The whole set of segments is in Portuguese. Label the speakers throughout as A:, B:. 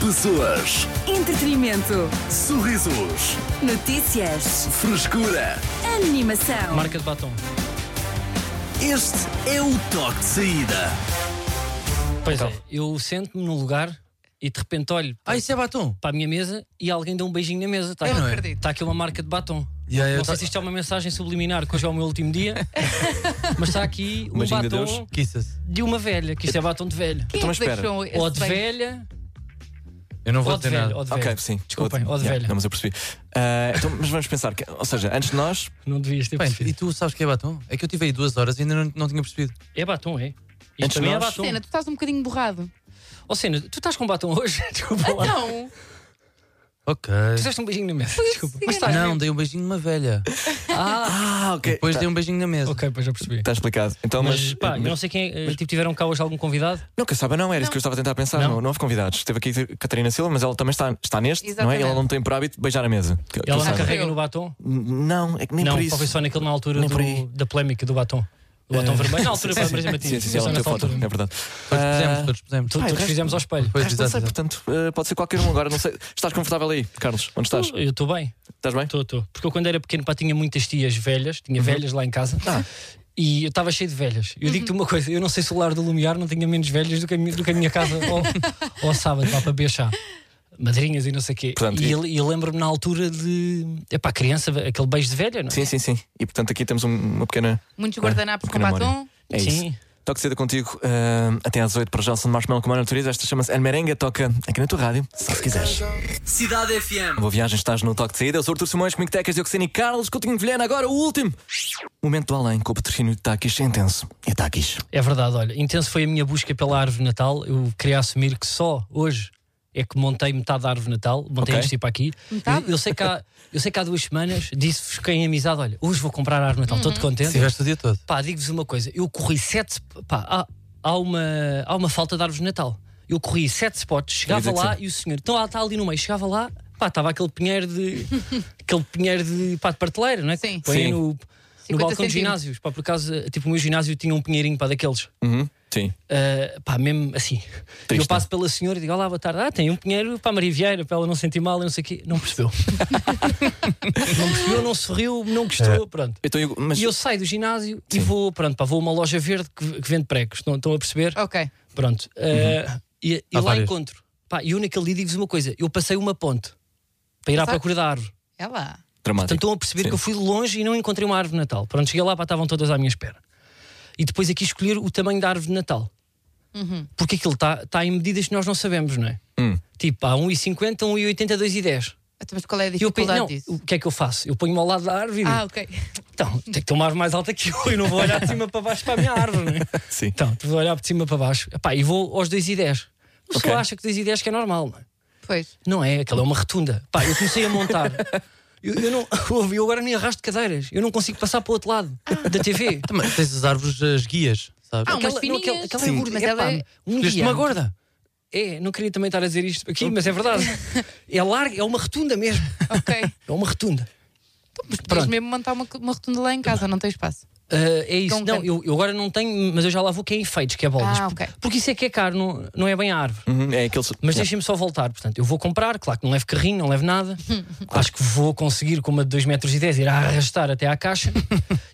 A: Pessoas,
B: Entretenimento.
A: sorrisos,
B: Notícias.
A: frescura.
B: Animação.
C: Marca de batom.
A: Este é o toque de saída.
C: Pois é, eu sento-me num lugar e de repente olho para,
D: Ah, isso é batom.
C: para a minha mesa e alguém dá um beijinho na mesa. Está
D: É, não é?
C: aqui, tá aqui uma marca de batom.
D: E aí eu
C: não sei
D: ta-
C: se isto é uma mensagem subliminar, que hoje é o meu último dia, mas está aqui um
E: Beijinho de
C: batom
E: Deus.
D: Kisses.
C: de uma velha, que isto é batom de velha.
F: Quem
E: Então
F: é que
E: espera.
F: deixou esse
C: Ou de
F: beijo?
C: velha,
D: Eu não
C: ou
D: vou
C: de
D: ter
C: velha,
D: nada.
C: ou de velha.
E: Ok, sim.
C: Desculpem,
E: Ou-
C: ou de
E: Yeah,
C: velha.
E: Não, mas eu percebi. Ah, então, mas vamos pensar. Que, ou seja, antes de nós,
C: Não tipo devias ter
D: Bem, e
C: percebido.
D: tu sabes que é batom? É que eu tive aí duas horas e ainda não, não tinha percebido.
C: É batom, é? Isto
E: Antes
C: também é
E: nós-
C: batom.
F: Cena, tu estás um bocadinho borrado.
C: Ou Cena, tu estás com batom hoje? Desculpa lá.
F: Não,
D: Ok.
C: Tu deste um beijinho na mesa, desculpa. Mas
G: é
C: estás
D: Não, dei um beijinho numa velha.
E: ah, ok.
D: Depois
E: tá,
D: dei um beijinho na mesa.
C: Ok, pois já percebi.
E: tá explicado. Então,
C: Mas,
E: mas,
C: pá, eu não sei quem é. eh, Tipo, tiveram cá hoje algum convidado?
E: Não, que eu saiba, não, era isso que eu estava a tentar pensar.
C: Não.
E: Não, não, houve convidados. Esteve aqui Catarina Silva, mas ela também está, está neste, não
F: Exatamente.
E: é? Ela não tem por hábito beijar a mesa. Que- que eu
C: Ela não
E: saiba.
C: carrega no batom?
E: Não, é que nem
C: não,
E: por isso.
C: foi só naquele, na altura
E: Nem por
C: do-
E: aí. É.
C: da polémica do batom. Do batom vermelho. Na altura, para a Marisa
E: Sim,
C: Matias.
E: sim, sim,
C: Só
E: ela
C: nessa
E: tem foto,
C: altura.
E: é verdade.
D: Todos pusemos,
E: Ah,
D: todos pusemos.
C: Todos,
E: Pá,
C: todos
E: o
C: fizemos ao espelho.
D: Pois,
E: resto não
D: exato,
E: sei,
D: exato.
E: portanto, eh, pode ser qualquer um agora, não sei. Estás confortável aí, Carlos? Onde estás?
C: Eu estou bem,
E: Estás bem?
C: estou, estou. Porque eu quando era pequeno pá, tinha muitas tias velhas,
E: Uhum.
C: tinha velhas lá em casa.
E: Ah.
C: E eu estava cheio de velhas. Eu digo-te uma coisa: eu não sei se o lar do Lumiar não tinha menos velhas do que a minha, do que a minha casa ao, ao sábado, lá para beber chá. Madrinhas e não sei o quê.
E: Portanto, é
C: e,
E: e-
C: eu- e eu lembro-me na altura de. Epá, criança, aquele beijo de velha, não é?
E: Sim, sim, sim. E portanto, aqui temos um- uma pequena.
F: muitos guardanapos com
E: Pequena
F: batom.
E: memória. É
C: Sim.
E: isso. Toque cedo contigo ah, até às 8 para já. São de Marshmallow com a Natureza. Esta chama-se El Merengue. Toca aqui na tua rádio, só se quiseres.
A: Cidade é FM.
E: Boa viagem, estás no Toque de Saída. Eu sou o Artur Simões, comigo Tecas, Dioxini, Carlos, Coutinho de Vilhena. Agora o último. Momento do além, com o patrocínio de Takis. É intenso. É Takis.
C: É verdade, olha, intenso foi a minha busca pela árvore de natal. Eu queria assumir que só hoje é que montei metade da árvore de natal, montei
E: Ok.
C: isto tipo aqui.
F: Metade?
C: Eu, eu sei que há, eu sei que há duas semanas disse-vos que em amizade, olha, hoje vou comprar a árvore de natal,
F: Uhum.
C: estou contente.
D: Estiveste o dia todo.
C: Pá, digo-vos uma coisa, eu corri sete. Pá, há, há uma, há uma falta de árvores de Natal. Eu corri sete spots, chegava
E: dizer que
C: lá e o senhor. Então ela está ali no meio, chegava lá, pá, estava aquele pinheiro de. aquele pinheiro de. pá, de prateleira, não é?
F: Sim.
C: Que põem
E: Sim.
C: no. No
F: 50
C: balcão de
F: centímetros.
C: ginásios, pá, por acaso, tipo, o meu ginásio tinha um pinheirinho, pá, daqueles.
E: Uhum. Sim.
C: Uh, pá, mesmo assim. E Eu passo pela senhora e digo: Olá, boa tarde. Ah, tem um pinheiro para a Maria Vieira, para ela não se sentir mal, eu não sei o quê. Não percebeu. não percebeu, não sorriu, não
D: É.
C: gostou. Pronto.
E: Então, eu- mas
C: E eu saio do ginásio e vou, pronto, pá, vou a uma loja verde que, que vende pregos. Estão, estão a perceber?
F: Ok.
C: Pronto. Uh, e e
D: Uhum. Há
C: lá
D: várias.
C: encontro. Pá, e eu naquele dia digo-vos uma coisa: eu passei uma ponte para ir à
F: Exato.
C: procura da árvore.
F: É lá.
C: Portanto,
E: dramático.
C: estão a perceber
E: Sim.
C: que eu fui longe e não encontrei uma árvore de Natal. Pronto, cheguei lá, pá, estavam todas à minha espera. E depois aqui escolher o tamanho da árvore de Natal.
F: Uhum.
C: Porque aquilo está tá em medidas que nós não sabemos, não é?
E: Hum.
C: Tipo, há 1,50, 1,80, 2,10.
F: Então, Mas qual é a
C: E eu penso,
F: dificuldade
C: não,
F: disso?
C: o que é que eu faço? Eu ponho-me ao lado da árvore e digo,
F: Ah, ok.
C: então, tem que ter uma árvore mais alta que eu, eu não vou olhar de cima para baixo para a minha árvore, não é?
E: Sim.
C: Então, vou olhar de cima para baixo. Epá, e vou aos 2,10. O pessoal
E: Ok.
C: acha que 2,10 que é normal, não é?
F: Pois.
C: Não é, aquela é uma retunda. Pá, eu comecei a montar. Eu, eu não, ouve, eu agora nem arrasto cadeiras. Eu não consigo passar para o outro lado da TV.
D: Também tens as árvores, as guias, sabes?
F: Ah, umas
C: não,
F: fininhas.
C: aquela, aquela é
F: Sim.
C: gorda.
F: Mas ela
C: Epá,
F: é-
C: um
D: Escolheste
C: dia.
D: uma gorda.
C: É, não queria também estar a dizer isto aqui, mas é verdade. É larga, é uma retunda mesmo.
F: Ok.
C: É uma retunda.
F: Mas podias
C: Pronto.
F: mesmo montar uma, uma rotunda lá em casa, não tens espaço.
C: Ah, é isso.
F: Com
C: Não,
F: can-
C: eu, eu agora não tenho, mas eu já lá vou que é enfeites, que é bolas.
F: Ah, ok.
C: Porque isso é que é caro, não, não é bem a árvore.
E: Uhum, é aqueles.
C: Mas deixem-me só voltar, portanto, eu vou comprar, claro que não levo carrinho, não levo nada. Acho que vou conseguir com uma de 2,10 metros ir a arrastar até à caixa.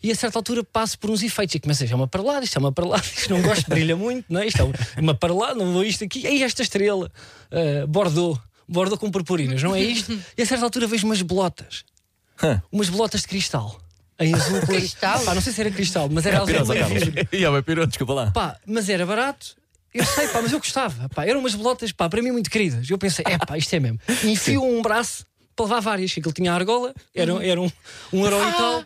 C: e a certa altura passo por uns efeitos e começo a dizer, é uma paralada, isto é uma paralada, isto não gosto, brilha muito, não é? Isto é uma- uma paralada, não vou isto aqui. E esta estrela, ah, Bordeaux, Bordeaux com purpurinas, não é isto? E a certa altura vejo umas bolotas,
E: Hã?
C: umas bolotas de cristal. Em azul claro.
F: Cristal?
C: Pá, não sei se era cristal, mas era azul.
E: Pirosa,
C: claro.
E: Carlos.
D: E ela pirou.
E: é Desculpa lá.
C: Pá, mas era barato. Eu sei, pá, mas eu gostava. Pá, eram umas bolotas, pá, para mim muito queridas. Eu pensei, é pá, isto é mesmo. E Enfio um braço para levar várias, que ele tinha a argola, era, era um, um euro e tal.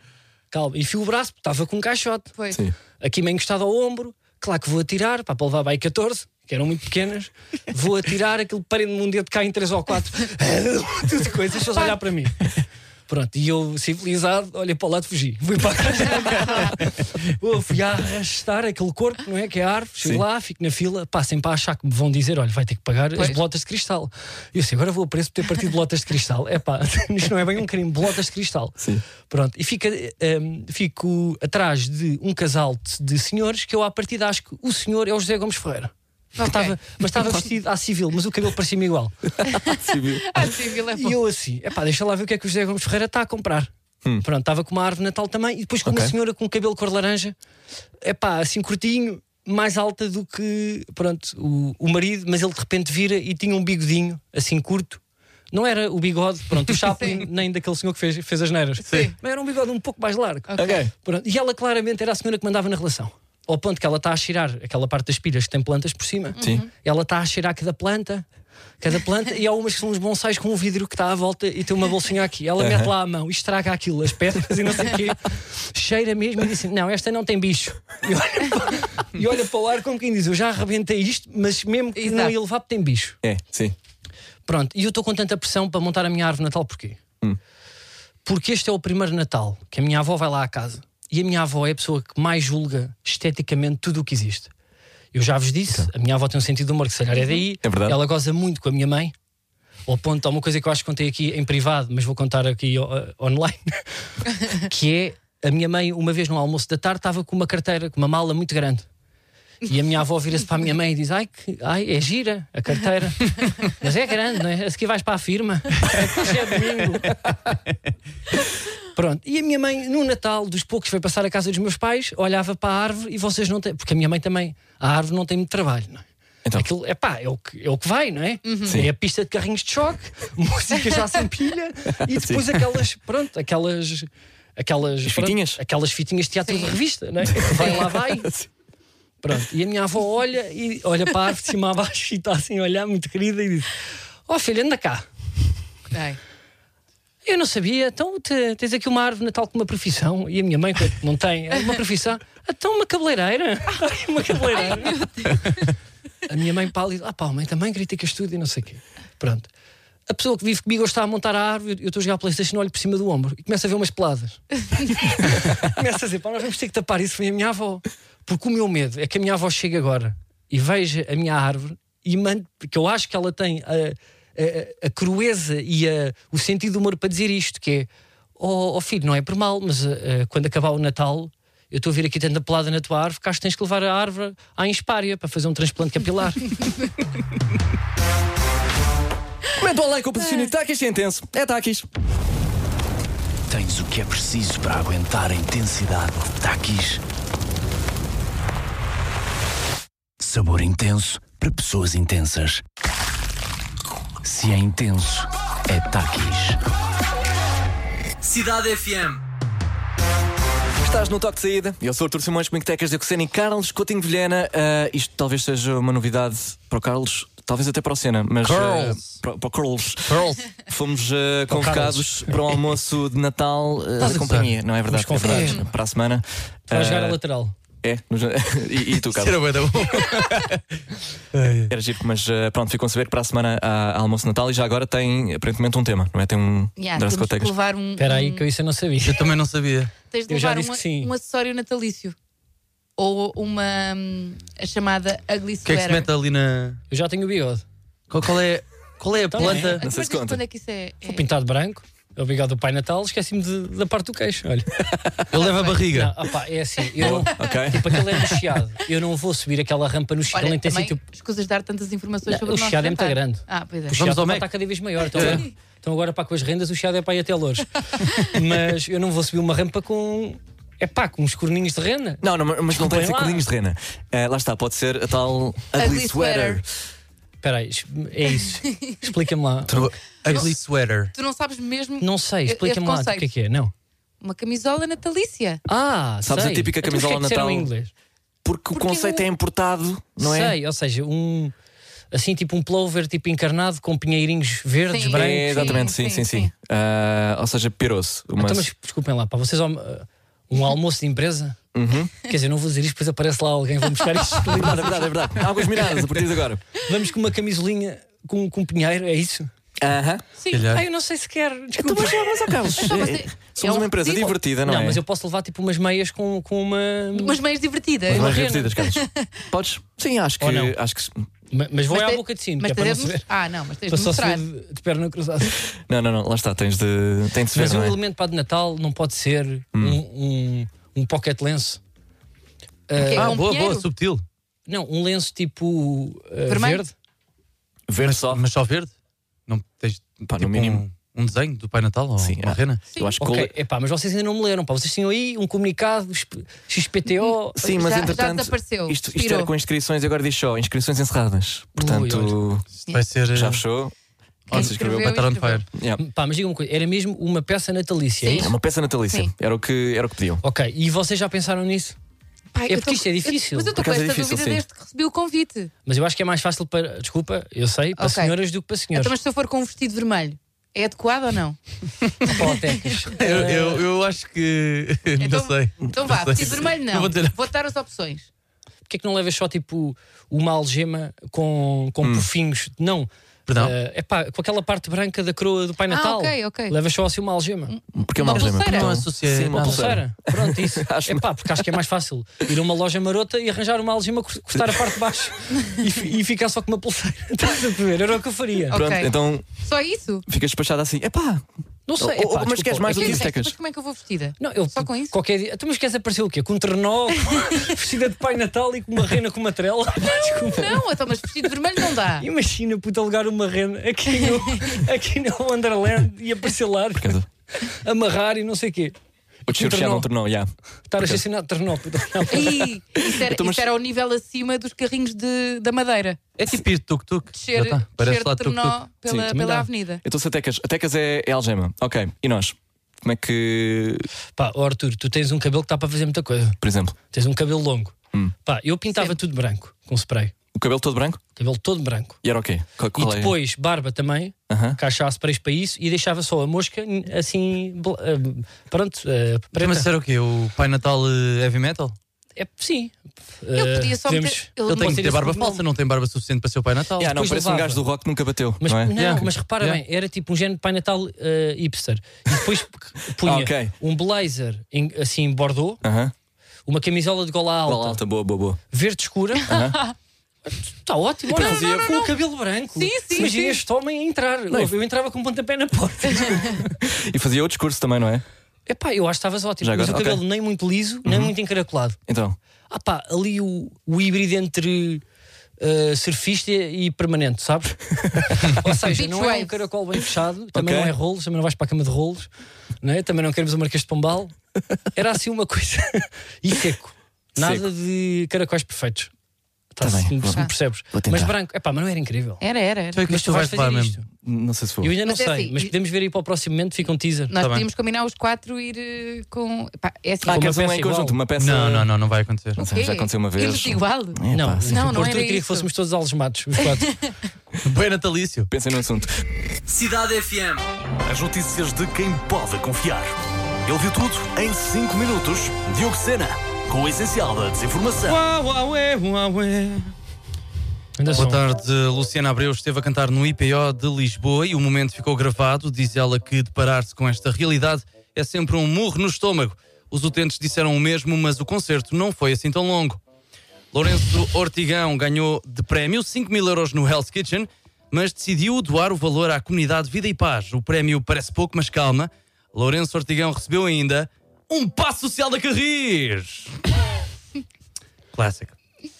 C: Calma, enfio o braço, estava com um caixote,
F: Pois.
E: Sim.
C: aqui meio encostado ao ombro. Claro que vou atirar, pá, para levar bem 14, que eram muito pequenas. Vou atirar, aquele parede-me um dedo cá em 3 ou 4. Tudo de coisas, só olhar para mim. Pronto, e eu, civilizado, olhei para o lado e fugi. Fui para a eu fui a arrastar aquele corpo, não é? Que é a árvore. Chego
E: Sim.
C: lá, fico na fila, passem para achar que me vão dizer: olha, vai ter que pagar as
F: Pois.
C: bolotas de cristal. E eu sei, agora vou a preço por ter partido bolotas de cristal. É pá, isto não é bem um crime, bolotas de cristal.
E: Sim.
C: Pronto, e fica, hum, fico atrás de um casal de, de senhores que eu, à partida, acho que o senhor é o José Gomes Ferreira. Estava- mas estava vestido à civil, mas o cabelo parecia-me igual.
F: Ah, civil é
C: E
F: bom.
C: eu assim, epá, deixa lá ver o que é que o José Gomes Ferreira está a comprar. Pronto, estava com uma árvore de natal também e depois com uma
E: Hum. Ok.
C: senhora com cabelo cor laranja, epá, assim curtinho, mais alta do que, pronto, o, o marido, mas ele de repente vira e tinha um bigodinho, assim curto. Não era o bigode, pronto, o Chaplin, nem daquele senhor que fez, fez as neiras.
F: Sim.
C: Mas era um bigode um pouco mais largo.
E: Ok.
C: Pronto, E ela claramente era a senhora que mandava na relação. Ao ponto que ela está a cheirar aquela parte das pilhas que tem plantas por cima. Uhum.
E: Sim.
C: Ela está a cheirar cada planta, cada planta, e há umas que são uns bonsais com um vidro que está à volta e tem uma bolsinha aqui. Ela mete lá a mão e estraga aquilo, as pedras e não sei o quê. Cheira mesmo e diz assim: Não, esta não tem bicho. E olha, para, e olha para o ar como quem diz: Eu já arrebentei isto, mas mesmo que não
F: Exato.
C: ia levar, tem bicho.
E: É, sim.
C: Pronto, e eu estou com tanta pressão para montar a minha árvore de Natal porquê?
E: Hum.
C: Porque este é o primeiro Natal que a minha avó vai lá à casa e a minha avó é a pessoa que mais julga esteticamente tudo o que existe. Eu já vos disse, a minha avó tem um sentido de humor que se calhar é daí,
E: Então. É verdade.
C: ela goza muito com a minha mãe. Ao ponto, há uma coisa que eu acho que contei aqui em privado, mas vou contar aqui ó, eh, online, que é a minha mãe, uma vez no almoço da tarde, estava com uma carteira, com uma mala muito grande. E a minha avó vira-se para a minha mãe e diz: Ai, que, ai é gira a carteira. Mas é grande, não é? A seguir vais para a firma. Hoje é domingo. Pronto. E a minha mãe, no Natal, dos poucos, foi passar a casa dos meus pais, olhava para a árvore e vocês não têm. Porque a minha mãe também, a árvore não tem muito trabalho, não é?
E: Então.
C: Aquilo, é pá, é o que, é o que vai, não é? É a pista de carrinhos de choque, música já sem pilha e depois aquelas, pronto, aquelas. Aquelas pronto,
E: fitinhas?
C: aquelas fitinhas de teatro de revista, não é? Vai lá, vai. Pronto, e a minha avó olha e olha para a árvore de cima a baixo e está assim a olhar, muito querida, e diz: Ó filha, anda cá.
F: Ai.
C: Eu não sabia, então te- tens aqui uma árvore de natal com uma profissão. E a minha mãe, coitada, não tem, é uma profissão. Então uma cabeleireira. Ai, uma cabeleireira. a minha mãe pálida, ah pá, mãe, também criticas tudo e não sei o quê. Pronto. A pessoa que vive comigo hoje está a montar a árvore, eu estou a jogar Playstation, olho por cima do ombro e começo a ver umas peladas. começo a dizer, pá, nós vamos ter que tapar isso, foi a minha avó. Porque o meu medo é que a minha avó chegue agora e veja a minha árvore e mande, porque eu acho que ela tem a, a- a- a crueza e a- o sentido do humor para dizer isto, que é, ó ó filho, não é por mal, mas eh, eh, quando acabar o Natal... Eu estou a vir aqui tanta pelada na tua árvore, cá tens que levar a árvore à Inspária para fazer um transplante capilar.
E: Momento online com o patrocínio
C: Ah.
E: Takis é intenso. É Takis.
A: Tens o que é preciso para aguentar a intensidade.
H: Tá
A: Takis. Sabor intenso para pessoas intensas. Se é intenso, é Takis.
E: Cidade FM. Estás no toque de saída. Eu sou o Artur Simões, comigo tecas de Oxena e Carlos Coutinho Vilhena. Ah, isto talvez seja uma novidade para o Carlos, talvez até para o Senna, mas.
D: Carlos.
E: ah, para, para o Carlos.
D: Pearl.
E: Fomos ah, convocados para o almoço de Natal ah,
C: a
E: da companhia, não é verdade?
C: Fomos convocados.
E: É verdade. Para a semana.
C: Para
E: Ah,
C: jogar a lateral.
E: É, nos- e, e tu, Carlos?
D: Será bué da bom.
E: Era giro, mas eh, pronto, ficam a saber que para a semana há há almoço de Natal e já agora tem aparentemente um tema, não é? Tem um
F: Yeah,
E: dress
F: temos
E: code
F: que
E: tags.
F: levar um,
C: Espera aí,
F: um-
C: que eu isso eu não sabia.
D: Eu também não sabia.
F: tens de
C: eu já
F: levar
C: disse
F: um,
C: que sim.
F: um acessório natalício. Ou uma hum, a chamada ugly
D: O que é que se
F: sweater.
D: mete ali na.
C: Eu já tenho o bigode.
D: Qual, qual é, qual é a planta?
E: Não sei se
F: Mas diz-me
E: conta.
F: quando é que isso é? é-
C: Vou pintar de branco. É o bigode do Pai Natal. Esqueci-me de- da parte do queixo. Olha.
D: Ele leva a
C: Não,
D: barriga.
C: opá, é assim. Eu não,
E: Ok?
C: tipo, aquele é no chiado. Eu não vou subir aquela rampa no chiado.
F: Olha,
C: Ele tem
F: também,
C: sentido.
F: escusas de dar tantas informações
C: Não,
F: sobre
C: o
F: o nosso
C: chiado é muito
F: jantar.
C: grande.
F: Ah, pois é.
C: O chiado
D: ao
C: agora
D: Mac.
C: está cada vez maior. Então,
E: É.
C: agora, então agora, pá, com as rendas, o chiado é para ir até Louros. Mas eu não vou subir uma rampa com. É pá, com uns corninhos de renda.
E: Não, não, mas não tem que ser
C: lá.
E: colinhos de rena. Eh, lá está, pode ser a tal ugly,
F: Ugly
E: sweater.
F: sweater.
C: Espera aí, es- é isso. Explica-me lá.
D: Ugly sweater.
F: Tu não sabes mesmo
C: Não sei,
F: Este
C: explica-me lá do
F: conceito.
C: que é que é. Não.
F: uma camisola natalícia.
C: Ah,
E: Sabes a
C: sei.
E: típica
C: Então, mas
E: camisola
C: o que é que disseram
E: Natal?
C: em inglês?
E: Porque, o
F: Porque
E: conceito
F: eu-
E: é importado, não é?
C: Sei, ou seja, um assim tipo um plover tipo encarnado com pinheirinhos verdes,
F: Sim.
C: brancos.
E: É, exatamente, sim,
F: Sim,
E: sim, sim.
F: sim.
E: Ah, ou seja, pirou-se.
C: Então,
E: Mas...
C: mas desculpem lá, para vocês hom- uh, um almoço de empresa?
E: Uhum.
C: Quer dizer, não vou dizer isto, depois aparece lá alguém, vamos buscar isto.
E: É verdade, é verdade, é verdade. Há algumas miradas a partir de agora.
C: Vamos com uma camisolinha com, com um pinheiro, é isso?
E: Aham.
C: Sim.
D: Calhar.
C: Ah, eu não sei se quero. Desculpa.
E: Então, Mas, ó, Carlos,
F: Então, mas
E: é-
F: é-
E: somos
F: é
E: uma
F: um
E: empresa
F: pedido.
E: divertida, não,
C: Não,
E: é?
C: mas eu posso levar tipo umas meias com, com uma. Mas,
F: Umas meias divertidas.
E: Mas
C: uma
E: mais
C: rena.
E: divertidas, Carlos. Podes? Sim, acho que.
C: é? Ou não?
E: Acho que...
C: mas vou
F: Mas
C: à
F: te-
C: boca de sino, que
F: mas
C: é para não
F: tens de
C: saber.
F: mos- Ah, não, mas tens
C: Para
F: de
C: só
F: mostrar.
C: saber de, de perna cruzada.
E: Não, não, não, lá está, tens de, tem de se ver.
C: Mas
E: não
C: o
E: é? Hum.
C: elemento para de Natal não pode ser um, um, um pocket lenço. Eh,
F: Que é
D: Ah,
F: um
D: boa,
C: É
F: pinheiro.
D: boa, subtil.
C: Não, um lenço tipo eh,
F: Vermelho?
C: verde.
E: Verde só.
D: Mas só verde? Não tens
E: Pá, no
D: tipo,
E: mínimo.
D: Um, um desenho do Pai Natal ou
E: Sim,
D: uma
E: ah.
D: rena?
E: Eu acho que
C: Ok,
F: é?
E: cole-
C: epá, mas vocês ainda não me leram. Pá. Vocês tinham aí um comunicado XP-
F: Hum,
C: XPTO.
E: Sim, mas
F: Já- já
E: entretanto.
F: desapareceu,
E: Isto, isto
F: expirou.
E: era com inscrições e agora diz só inscrições encerradas. Portanto,
D: Isto vai ser.
E: já
D: eh,
E: fechou.
F: Quem
E: se escreveu
D: Vai estar on fire.
E: Yeah.
C: Pá, mas digam-me uma coisa, era mesmo uma peça natalícia, é
F: Sim.
E: É
C: isso?
E: uma peça natalícia.
F: Sim.
E: Era o que, era o que pediam.
C: Ok, e vocês já pensaram nisso?
F: Pai,
C: É
F: eu
C: porque
F: tô-
C: isto é difícil.
F: eu- Mas eu
E: Por
F: estou com
E: acaso é
F: esta
E: difícil, sim.
F: dúvida desde que recebi o convite.
C: Mas eu acho que é mais fácil para. Desculpa, eu sei, para
F: Ok.
C: senhoras do que para senhores.
F: Então, mas se eu for com um vestido vermelho, é adequado ou não?
C: Hipotecas.
D: Eu,
F: Eh.
D: eu, eu acho que.
F: Então-
D: não sei.
F: Então
D: Não
F: vá,
D: sei.
F: vestido vermelho não.
D: Não vou dizer.
F: dar as opções.
C: Porquê que não levas só tipo uma algema com,
F: Hum.
C: com pufinhos? Não.
D: Perdão?
C: é pá, com aquela parte branca da coroa do Pai Natal.
F: Ah, ok, ok. Hum.
C: Levas só assim uma algema.
E: Porque é uma
F: Uma
E: algema.
F: pulseira.
E: Então,
D: Não associei
E: Sim, uma
D: nada.
E: pulseira.
C: Pulseira. Pronto, isso.
E: Acho-
C: É pá, porque acho que é mais fácil ir a uma loja marota e arranjar uma algema, cor- cortar a parte de baixo e, fi- e ficar só com uma pulseira. Estás a perceber? Era o que eu faria.
F: Ok.
E: Pronto, então
F: Só isso?
E: fica despachado assim. Epá,
C: Não sei.
E: Oh, oh,
C: epá,
E: mas
C: desculpa,
E: queres mais
C: é
E: do
C: que-
E: que
F: Mas
E: isso, Tecas?
F: mas como é que eu vou vestida?
C: Não, eu,
F: Só com isso?
C: Qualquer dia. Tu me esquece aparecer o quê? Com um trenó, com- vestida de Pai Natal e com uma rena com uma trela? Desculpa.
F: Não, então, mas vestido vermelho não dá.
C: Imagina, puta, alugar uma rena aqui no, aqui no Wonderland e aparecer lá,
E: Pedro,
C: amarrar e não sei o quê.
E: vou descer o chão,
C: Tornou.
E: não tornou. Yeah.
C: Estar a estacionar de trenó, puta.
F: Ih, isso era,
E: Então, mas-
F: isso era ao nível acima dos carrinhos de, da madeira.
D: É tipo ir de tuk-tuk.
F: Descer,
D: Já tá. Parece
F: descer
D: lá
F: de
D: tuk-tuk.
F: Ternó pela,
C: também
F: pela
C: dá.
F: avenida.
E: Então se a Tecas, a Tecas é, é algema. Ok, e nós? Como é que.
C: Pá, ó, Arthur, tu tens um cabelo que está para fazer muita coisa.
E: Por exemplo,
C: Tens um cabelo longo.
E: Hum.
C: Pá, eu pintava
F: Sempre.
C: tudo branco, com um spray.
E: o cabelo todo branco?
C: Cabelo todo branco.
E: E era ok. Qual, qual
C: e
E: é?
C: depois, barba também,
E: Aham.
C: que achava sprays para isso, e deixava só a mosca n- assim, bl- ah, pronto, ah, preta.
D: Mas
E: eh,
D: era o quê? O Pai Natal eh, Heavy Metal?
C: É, sim. Eh,
F: Ele podia só meter- ele
D: Ele tem
F: pode
D: que
F: ser
D: ter
F: esse
D: barba
F: sobrenome.
D: falsa, assim, não tem barba suficiente para ser o Pai Natal.
E: Yeah, não,
C: depois
E: parece um
C: levava.
E: gajo do rock que nunca bateu.
C: Mas,
E: não é?
C: não,
D: Yeah.
C: mas repara
D: Yeah.
C: bem, era tipo um género de Pai Natal eh, hipster. E depois p- punha
E: Ah, ok.
C: um blazer em- assim em bordeaux,
E: Aham.
C: uma camisola de gola alta,
E: Bola alta, boa, boa, boa.
C: verde escura. Está ótimo, olha,
E: fazia-
C: com o cabelo branco.
F: Sim, sim,
C: Imagina
F: sim.
C: este homem a entrar. eu, eu entrava com um pontapé na porta.
E: E fazia o discurso também, não é?
C: Epá, eu acho que estavas ótimo.
E: Já
C: mas o
E: agora,
C: cabelo
E: ok.
C: nem muito liso, nem muito encaracolado.
E: Então,
C: Ah pá, ali o, o híbrido entre eh, surfista e permanente, sabes? Ou seja, não é um
F: Beach
C: caracol bem fechado, também
E: Ok.
C: não é rolos, também não vais para a cama de rolos, não é? também não queremos o Marquês de Pombal. Era assim uma coisa. e seco. Nada
E: Seco.
C: de caracóis perfeitos. Tá
E: Tá bem,
C: se-
E: vou-
C: se me percebes?
E: vou tentar.
C: Mas branco, epá, mas não era incrível.
F: Era, era. era.
D: Foi o que
C: Mas tu vais fazer
D: levar
C: isto.
E: não sei se foi.
C: Eu ainda não
F: Mas é
C: sei,
F: assim,
C: mas
F: e-
C: podemos ver aí para o próximo momento, fica um teaser.
F: Nós
D: Tá bem.
F: podíamos combinar os quatro ir eh, com. Pá, é assim.
E: Ah,
C: uma
E: queres um
C: peça
E: em
C: igual.
E: conjunto, uma peça.
D: Não, não, não, não vai acontecer.
E: Não sei, já aconteceu uma vez.
F: Irmos igual?
E: É,
C: Não,
E: pá,
C: não,
E: sim.
F: Não, não
C: Porto, eu
F: era
C: queria que
F: isso.
C: fôssemos todos algemados, os quatro.
D: Pai Natalício.
E: Pensem no assunto.
H: Cidade FM. As notícias de quem pode confiar. Ele viu tudo em 5 minutos. Diogo Sena, com o essencial da desinformação.
C: Ainda
D: Boa
C: são.
D: tarde, Luciana Abreu esteve a cantar no IPO de Lisboa e o momento ficou gravado. Diz ela que deparar-se com esta realidade é sempre um murro no estômago. Os utentes disseram o mesmo, mas o concerto não foi assim tão longo. Lourenço Ortigão ganhou de prémio 5 mil euros no Hell's Kitchen, mas decidiu doar o valor à comunidade Vida e Paz. O prémio parece pouco, mas calma. Lourenço Ortigão recebeu ainda um passo social da Carris. Clássico.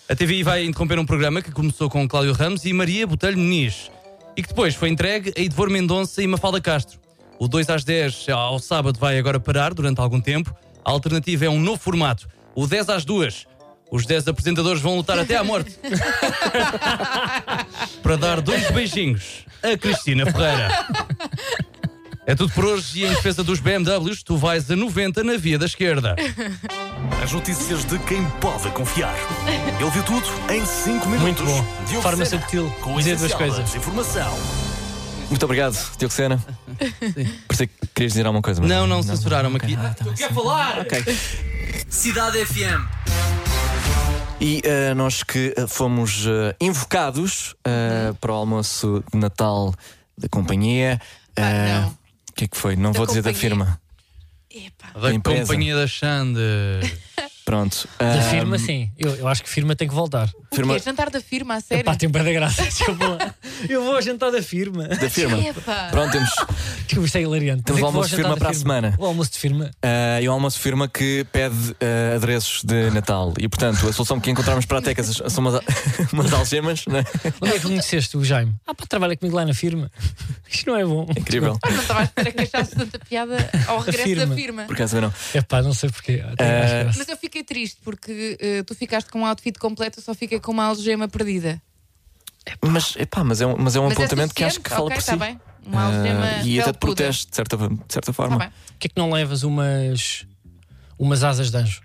D: A TVI vai interromper um programa que começou com Cláudio Ramos e Maria Botelho Muniz e que depois foi entregue a Idvor Mendonça e Mafalda Castro. O 2 às 10 ao sábado vai agora parar durante algum tempo. A alternativa é um novo formato, o 10 às 2. Os 10 apresentadores vão lutar até à morte para dar dois beijinhos a Cristina Ferreira. É tudo por hoje e em defesa dos BMWs, tu vais a 90 na via da esquerda.
H: As notícias de quem pode confiar. Ele viu tudo em 5
C: Muito
H: minutos.
C: bom.
H: Diogo
C: Forma
H: Sena,
C: subtil.
H: Com o
C: Dizer duas
H: essencial da
C: coisas.
H: desinformação.
E: Muito obrigado, Diogo Sena. Parecia que querias dizer alguma coisa, mas
D: Não, não, censuraram-me aqui. quer falar?
H: Cidade FM.
E: E eh, nós que eh, fomos eh, invocados
C: Uhum.
E: eh, para o almoço de Natal da companhia.
C: Ah,
E: eh,
F: não.
E: O que é que foi? Não
F: Da
E: vou dizer da
F: companhia.
E: firma.
F: Epá.
D: Da
E: Empresa.
D: companhia da Xande.
E: Pronto.
C: Da
E: ah,
C: firma, sim. Eu, eu acho que firma tem que voltar.
F: O
E: Firma-
F: quê? Jantar da firma, a sério?
C: Pá, tem bem da graça. Desculpa lá. Eu vou ao jantar da firma.
E: Da firma.
F: Epá.
E: Pronto, temos
C: Desculpa, isto é hilariante.
E: Temos
C: Dizer que vou ao
E: o Então almoço
C: jantar
E: de firma
C: da
E: para a semana.
C: O almoço de firma.
E: ah, e o almoço de firma que pede ah, adereços de Natal. E portanto, a solução que encontramos para a Tecas são umas, umas algemas, não é?
C: Onde é que conheceste o Jaime? Ah, pá, trabalha comigo lá na firma. Isto não é bom.
E: Incrível.
F: Ah, Não estava a esperar que achasse tanta piada ao regresso
C: firma.
F: da firma.
E: Por acaso eu não.
C: É pá, não sei porquê. Ah, tem
E: Eh,
C: mais graça.
F: Mas eu fiquei triste porque eh, tu ficaste com um outfit completo, eu só fiquei com uma algema perdida.
E: Mas, epá, mas é um, mas é um
F: Mas é
E: apontamento que acho que
F: suficiente?
E: fala
F: Ok,
E: por si.
F: tá bem. Uma algema
E: Ah, e até te
F: felpuda.
E: protege, de certa, de certa
F: Tá
E: forma.
F: bem.
C: Porquê é que não levas umas, umas asas de anjo?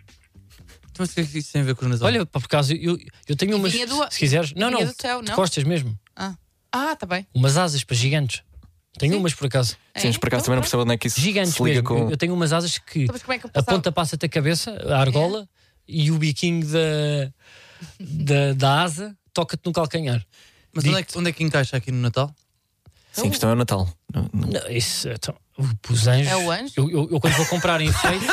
D: Mas o que é que isso tem a ver com o Natal?
C: Olha, pá, por acaso, eu, eu tenho umas.
F: vinha do-
C: Se quiseres. Não,
F: vinha
C: não.
F: do céu,
C: de
F: não?
C: costas mesmo.
F: Ah, ah tá bem.
C: Umas asas para gigantes. Tenho
F: Sim.
C: umas por acaso.
E: Sim, mas por acaso também não percebo onde é que isso
C: Gigantes
E: se liga
C: mesmo.
E: com.
C: Eu, eu tenho umas asas que.
F: Então, mas então como é que eu
C: a
F: passava?
C: ponta passa-te a cabeça, a argola, e o biquinho da, da, da asa toca-te no calcanhar.
D: Mas onde é, que, onde é que encaixa aqui no Natal?
E: Sim, a questão é o Natal. Não- não-
C: Não, isso, então, os anjos.
F: É o anjo?
C: Eu, eu- eu quando vou comprar em enfeite,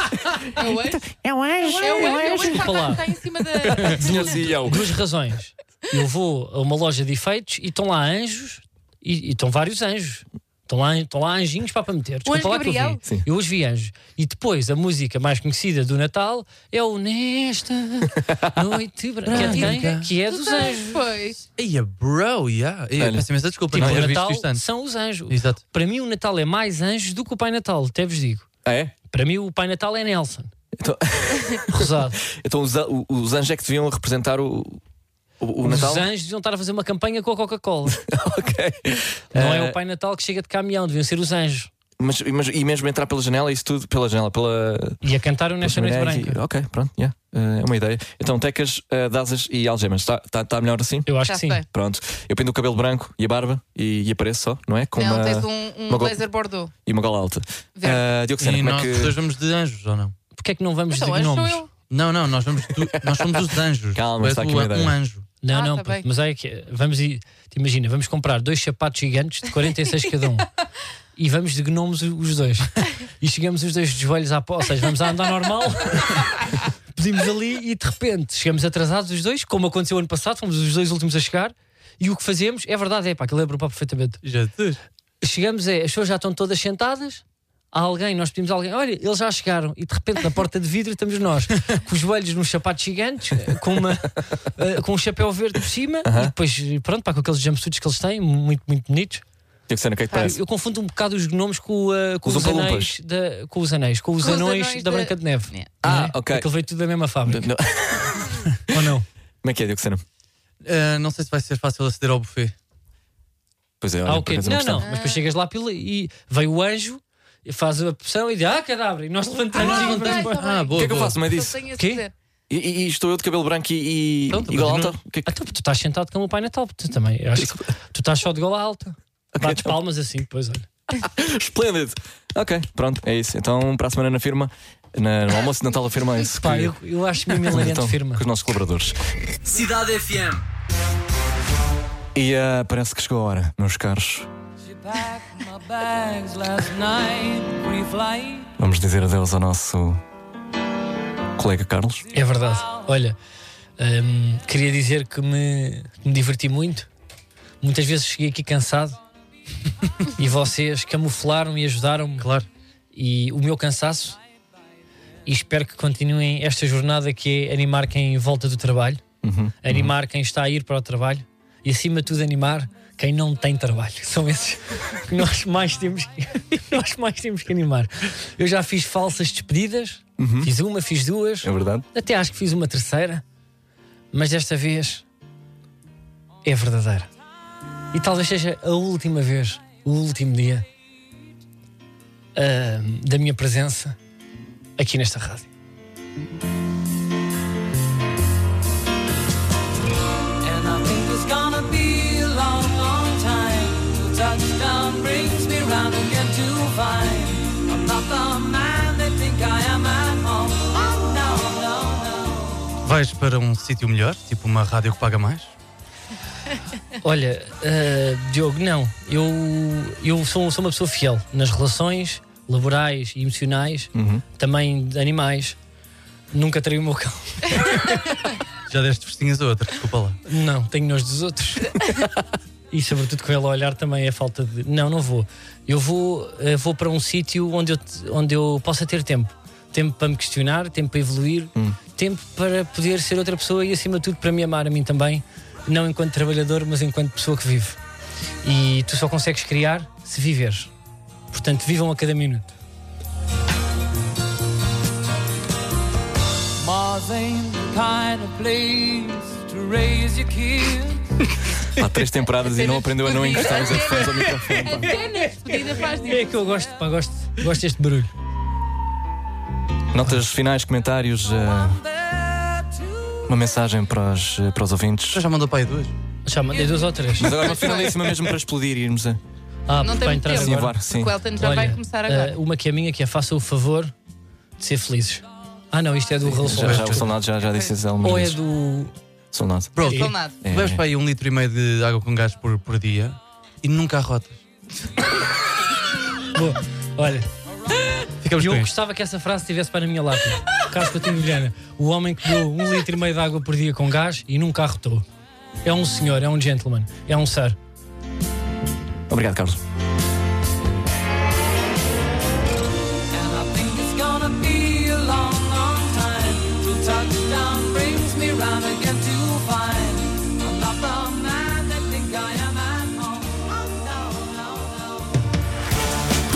F: É o anjo. É o anjo. É o anjo.
C: Desculpa lá.
F: Está em cima da.
C: duas razões. Eu vou a uma loja de efeitos e estão lá anjos, e, e estão vários anjos. Estão lá, estão lá anjinhos para, para meter. Desculpa
F: anjo
C: lá que eu
F: Gabriel?
C: vi.
E: Sim.
C: Eu hoje vi anjos. E depois a música mais conhecida do Natal é o Nesta Noite Branca, que é, de quem? que é dos anjos.
F: Pois.
D: Eia, bro, yeah. Ei,
E: Olha.
D: peço imensa desculpa
C: Tipo,
D: não
C: o
D: ter
C: Natal
D: visto isto antes.
C: são os anjos.
D: Exato.
C: Para mim, o Natal é mais anjos do que o Pai Natal, até vos digo.
E: Ah, é?
C: Para mim, o Pai Natal é Nelson.
E: Então,
C: Rosado.
E: então os, a- o- os anjos é que deviam representar o, o, o Natal?
C: Os anjos deviam estar a fazer uma campanha com a Coca-Cola.
E: Ok.
C: Não
E: Eh,
C: é o Pai Natal que chega de caminhão, deviam ser os anjos.
E: Mas, mas- e mesmo entrar pela janela, é isso tudo, pela janela, pela.
C: E a cantar o Nesta Noite
E: pela janela
C: Branca.
E: e- ok, pronto, yeah. Eh, é uma ideia. Então, tecas, eh, dasas e algemas. Está tá, tá melhor assim?
C: Eu acho
F: Já
C: que sim.
F: sei.
E: Pronto. Eu pinto o cabelo branco e a barba e, e apareço só, não é? Com
F: Não,
E: uma,
F: tens um, um
E: uma go-
F: blazer bordeaux.
E: e uma gola alta.
F: Verde.
E: Eh, Diogo Sena,
D: E
E: como é
D: nós
E: que.
D: dois vamos de anjos, ou não?
C: Porquê é que não vamos
F: Então,
C: de
F: anjo sou
C: gnomes?
F: eu.
D: Não, não, nós, vamos do- nós somos os anjos.
E: Calma,
D: Tu és
E: está aqui
D: o-
E: uma ideia.
D: um anjo.
C: Não,
F: Ah,
C: não,
F: tá
C: puto,
F: bem.
C: mas é que vamos ir. te Imagina, vamos comprar dois sapatos gigantes de 46 cada um e vamos de gnomos o- os dois. E chegamos os dois de joelhos à pó, ou seja, vamos a andar normal, pedimos ali e de repente chegamos atrasados os dois, como aconteceu ano passado, fomos os dois últimos a chegar. E o que fazemos, é verdade, é pá, que lembro-me pá, perfeitamente.
D: Jesus.
C: Chegamos, é, as pessoas já estão todas sentadas. Há alguém, nós pedimos a alguém, olha, eles já chegaram, e de repente na porta de vidro estamos nós, com os joelhos nos sapatos gigantes, eh, com, uma, eh, com um chapéu verde por cima, e depois, pronto, pá, com aqueles jumpsuits que eles têm, muito, muito bonitos.
E: Diogo Sena, o que é que parece?
C: Eu, eu confundo um bocado os gnomos com, ah, com
E: Os
C: os,
E: Oompa-Loompas.
C: anéis da, com os anéis, com os
F: Com os
C: anões
F: anões
C: da
F: da-
C: Branca de Neve.
F: Yeah.
E: Ah,
C: Não é?
E: ok.
C: Aquilo veio tudo da mesma fábrica,
E: Não- Como
C: ou não?
E: é que é, Diogo Sena?
D: Ah, não sei se vai ser fácil aceder ao buffet.
E: Pois é, olha,
C: Ah, ok.
E: por acaso é uma
C: Não,
E: questão.
C: não, mas depois chegas lá pelo, e vem o anjo, e faz a pressão e diz, ah, cadáver, e nós levantamos e
F: ok,
C: vamos embora.
F: tá bem.
D: Ah,
E: O
D: boa.
E: que é que eu
D: boa.
E: faço no meio
F: Eu
E: disso?
F: tenho esse
C: Quê?
F: poder.
E: E, e- e estou eu de cabelo branco e, e,
D: Pronto,
E: e gola
D: continua.
E: alta? O que é que-
C: Então, tu estás sentado como o Pai Natal, tu também. Eu acho que tu estás só de gola alta. Bates
E: então.
C: palmas assim, depois olha.
E: Esplêndido! Ok, pronto, é isso. Então, para a semana na firma, na- no almoço de Natal da firma, é isso.
C: Pá,
E: que-
C: eu, eu acho mesmo hilariante
E: então,
C: firma.
E: Com os nossos colaboradores.
H: Cidade FM.
E: E ah, parece que chegou a hora, meus caros. Vamos dizer adeus ao nosso colega Carlos.
C: É verdade. Olha, hum, queria dizer que me, que me diverti muito. Muitas vezes cheguei aqui cansado e vocês camuflaram e ajudaram-me. Claro. E o meu cansaço. E espero que continuem esta jornada que é animar quem volta do trabalho, animar quem está a ir para o trabalho e, acima de tudo, animar quem não tem trabalho. São esses que nós mais temos que, nós mais temos que animar. Eu já fiz falsas despedidas, fiz uma, fiz duas.
E: É verdade?
C: Até acho que fiz uma terceira, mas desta vez é verdadeira. E talvez seja a última vez, o último dia ah, da minha presença aqui nesta rádio.
G: And I think it's gonna be a long, long time. The touchdown brings me round again to find I'm not the man they think I am at home. Oh, no, no, no.
D: Vais para um sítio melhor, tipo uma rádio que paga mais?
C: Olha, ah, Diogo, não. Eu, eu sou, sou uma pessoa fiel nas relações laborais e emocionais, também de animais. Nunca traí o meu cão.
D: Já deste festinhas a outra, desculpa lá.
C: Não, tenho nojo dos outros. e sobretudo com ele a olhar também é falta de. Não, não vou. Eu vou, eh, vou para um sítio onde eu, te- onde eu possa ter tempo. Tempo para me questionar, tempo para evoluir, tempo para poder ser outra pessoa e, acima de tudo, para me amar a mim também, não enquanto trabalhador, mas enquanto pessoa que vive. E tu só consegues criar se viveres. Portanto, vivam a cada minuto.
G: Mars ain't the kind of place to raise your kids.
E: Há três temporadas e não aprendeu a não encostar os headphones ao microfone. pá.
F: é Apenas pedida faz disso.
C: É que eu gosto, pá, gosto, gosto deste barulho.
E: Notas finais, comentários, eh,
G: There too.
E: uma mensagem para os, eh, para os ouvintes.
D: Já mandou para aí duas?
C: Já mandei duas ou três.
E: Mas agora uma finalíssima mesmo para explodir e irmos a
C: Ah,
F: Não tem
C: para
F: muito
C: entrar
F: tempo.
C: agora.
E: levar. Sim.
F: Porque o Elton já vai
C: Olha,
F: começar agora.
C: eh, uma que é minha, que é faça o favor de ser felizes. Ah, não, isto é do Rolson.
E: Já, já, o soldado já, já disse isso algumas
C: Ou é
E: vezes.
C: do.
E: Soldado.
D: Bro,
F: Não nada.
E: É.
D: bebes para aí um litro e meio de água com gás por, por dia e nunca arrotas.
C: Boa. Olha,
D: Ficamos
C: eu
D: com isto.
C: gostava que essa frase estivesse para a minha lápide. Caso que eu tenho Vilhena. O homem que deu um litro e meio de água por dia com gás e nunca arrotou. É um senhor, é um gentleman, é um sir.
E: Obrigado, Carlos.
G: And I think it's gonna be a long, long time till touchdown brings me round again to find I'm not the man they think I am at home.